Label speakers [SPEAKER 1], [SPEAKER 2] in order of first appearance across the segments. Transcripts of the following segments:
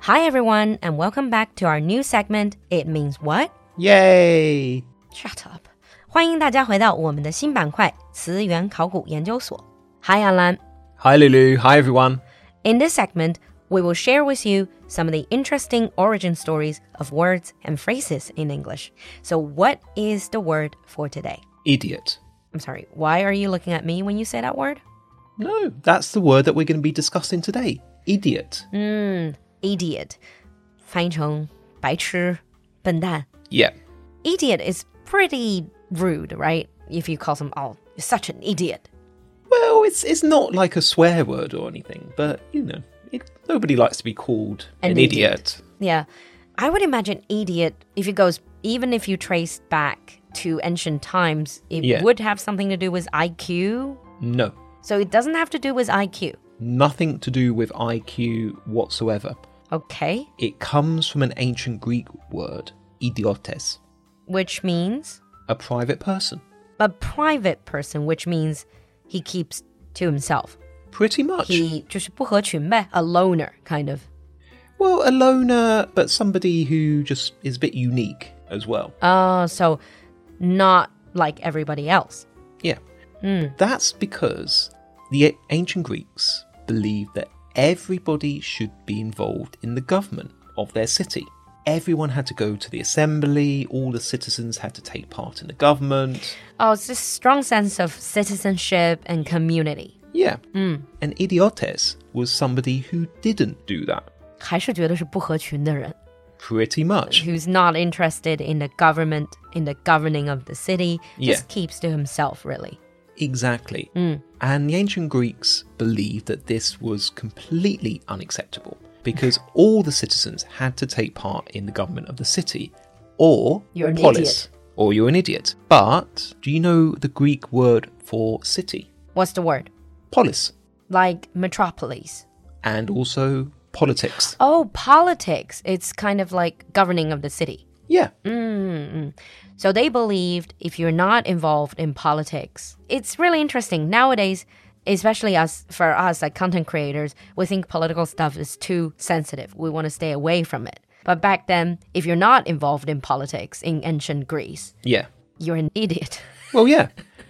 [SPEAKER 1] Hi everyone and welcome back to our new segment. It means what?
[SPEAKER 2] Yay!
[SPEAKER 1] Shut up！欢迎大家回到我们的新板块——词源考古研究所。Hi, Alan.
[SPEAKER 2] Hi, Lulu. Hi, everyone.
[SPEAKER 1] In this segment, we will share with you some of the interesting origin stories of words and phrases in English. So, what is the word for today?
[SPEAKER 2] Idiot.
[SPEAKER 1] I'm sorry, why are you looking at me when you say that word?
[SPEAKER 2] No, that's the word that we're going to be discussing today. Idiot.
[SPEAKER 1] Idiot. 翻译成白痴、笨蛋。
[SPEAKER 2] Yeah.
[SPEAKER 1] Idiot is pretty rude, right? If you call someone, oh, you're such an idiot.
[SPEAKER 2] Well, it's it's not like a swear word or anything, but you know, it, nobody likes to be called
[SPEAKER 1] An
[SPEAKER 2] an,
[SPEAKER 1] idiot.
[SPEAKER 2] idiot.
[SPEAKER 1] Yeah. I would imagine idiot, if it goes, even if you trace back to ancient times, it
[SPEAKER 2] Yeah.
[SPEAKER 1] would have something to do with IQ.
[SPEAKER 2] No,
[SPEAKER 1] So it doesn't have to do with IQ.
[SPEAKER 2] nothing to do with IQ whatsoever.
[SPEAKER 1] Okay.
[SPEAKER 2] It comes from an ancient Greek word, idiotes,
[SPEAKER 1] Which means
[SPEAKER 2] a private person.
[SPEAKER 1] a private person, which means he keeps to himself.
[SPEAKER 2] Pretty much.
[SPEAKER 1] He 就是不合群呗, a loner, kind of.
[SPEAKER 2] Well, a loner, but somebody who just is a bit unique as well.
[SPEAKER 1] Oh, so not like everybody else.
[SPEAKER 2] Yeah. That's because the a- ancient Greeks believed that everybody should be involved in the government of their city. Everyone had to go to the assembly, all the citizens had to take part in the government.
[SPEAKER 1] Oh, it's this strong sense of citizenship and community.
[SPEAKER 2] Yeah. And idiotes was somebody who didn't do that.
[SPEAKER 1] 还是觉得是不合群的人。
[SPEAKER 2] Pretty much.
[SPEAKER 1] who's not interested in the government, in the governing of the city, just
[SPEAKER 2] Yeah.
[SPEAKER 1] keeps to himself, really. Hmm.
[SPEAKER 2] Exactly. And the ancient Greeks believed that this was completely unacceptable because all the citizens had to take part in the government of the city or
[SPEAKER 1] You're an
[SPEAKER 2] polis
[SPEAKER 1] idiot.
[SPEAKER 2] or you're an idiot. But do you know the Greek word for city?
[SPEAKER 1] What's the word?
[SPEAKER 2] Polis
[SPEAKER 1] Like metropolis.
[SPEAKER 2] and also politics.
[SPEAKER 1] Oh, politics. It's kind of like governing of the city.
[SPEAKER 2] Yeah.
[SPEAKER 1] Mm. Mm-hmm. So they believed if you're not involved in politics, it's really interesting. Nowadays, especially us for us like content creators, we think political stuff is too sensitive. We want to stay away from it. But back then, if you're not involved in politics in ancient Greece,
[SPEAKER 2] Yeah.
[SPEAKER 1] you're an idiot.
[SPEAKER 2] Well, yeah.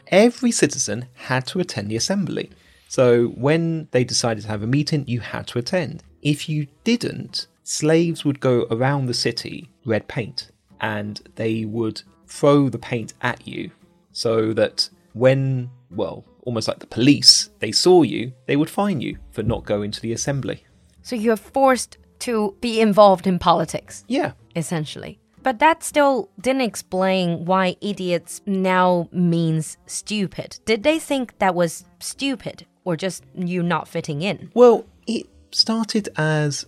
[SPEAKER 2] Every citizen had to attend the assembly. So when they decided to have a meeting, you had to attend. If you didn't, slaves would go around the city, red paint, and they would throw the paint at you so that when, well, almost like the police, they saw you, they would fine you for not going to the assembly.
[SPEAKER 1] So you're forced to be involved in politics,
[SPEAKER 2] Yeah.
[SPEAKER 1] essentially. But that still didn't explain why idiots now means stupid. Did they think that was stupid or just you not fitting in?
[SPEAKER 2] Well, it started as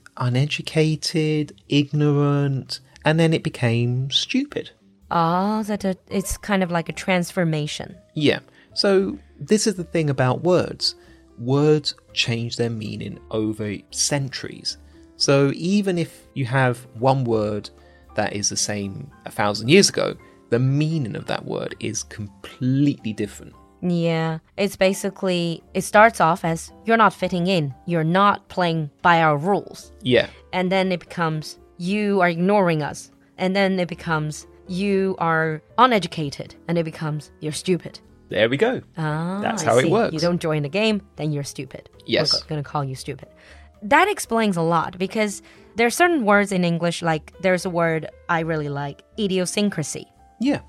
[SPEAKER 2] uneducated, ignorant, and then it became stupid.
[SPEAKER 1] Ah, that it- it's kind of like a transformation.
[SPEAKER 2] Yeah. So this is the thing about words. Words change their meaning over centuries. So even if you have one word that is the same a thousand years ago, the meaning of that word is completely different.
[SPEAKER 1] Yeah, it's basically, it starts off as you're not fitting in, you're not playing by our rules.
[SPEAKER 2] Yeah.
[SPEAKER 1] and then it becomes you are ignoring us and then it becomes you are uneducated and it becomes you're stupid
[SPEAKER 2] There we go.
[SPEAKER 1] ah,
[SPEAKER 2] That's
[SPEAKER 1] I
[SPEAKER 2] how it
[SPEAKER 1] see. you
[SPEAKER 2] works.
[SPEAKER 1] don't join the game then you're stupid
[SPEAKER 2] Yes.
[SPEAKER 1] we're going to call you stupid that explains a lot because there are certain words in english like there's a word i really like idiosyncrasy
[SPEAKER 2] Yeah.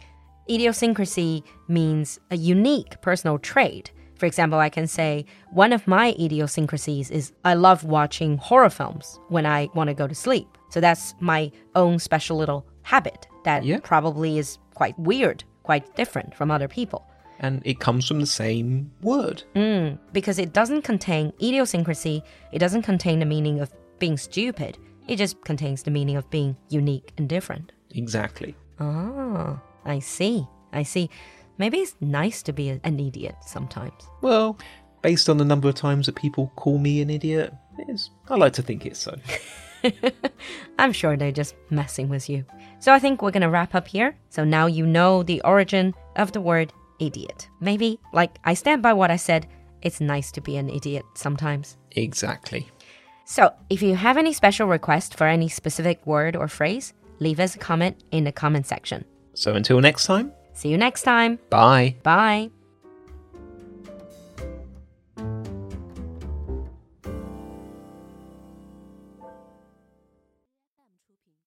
[SPEAKER 1] idiosyncrasy means a unique personal trait for example i can say one of my idiosyncrasies is i love watching horror films when i want to go to sleep so that's my own special little habit that
[SPEAKER 2] Yeah.
[SPEAKER 1] probably is quite weird quite different from other people
[SPEAKER 2] And it comes from the same word.
[SPEAKER 1] Mm. because it doesn't contain idiosyncrasy it doesn't contain the meaning of being stupid it just contains the meaning of being unique and different
[SPEAKER 2] Exactly.
[SPEAKER 1] Ah, I see. I see. Maybe it's nice to be a- an idiot sometimes.
[SPEAKER 2] Well, based on the number of times that people call me an idiot, it's, I like to think it's so.
[SPEAKER 1] I'm sure they're just messing with you. So I think we're going to wrap up here. So now you know the origin of the word idiot. Maybe, like, I stand by what I said. It's nice to be an idiot sometimes.
[SPEAKER 2] exactly.
[SPEAKER 1] So, if you have any special request for any specific word or phrase, leave us a comment in the comment section.
[SPEAKER 2] So until next time,
[SPEAKER 1] See you next time.
[SPEAKER 2] bye.
[SPEAKER 1] Bye.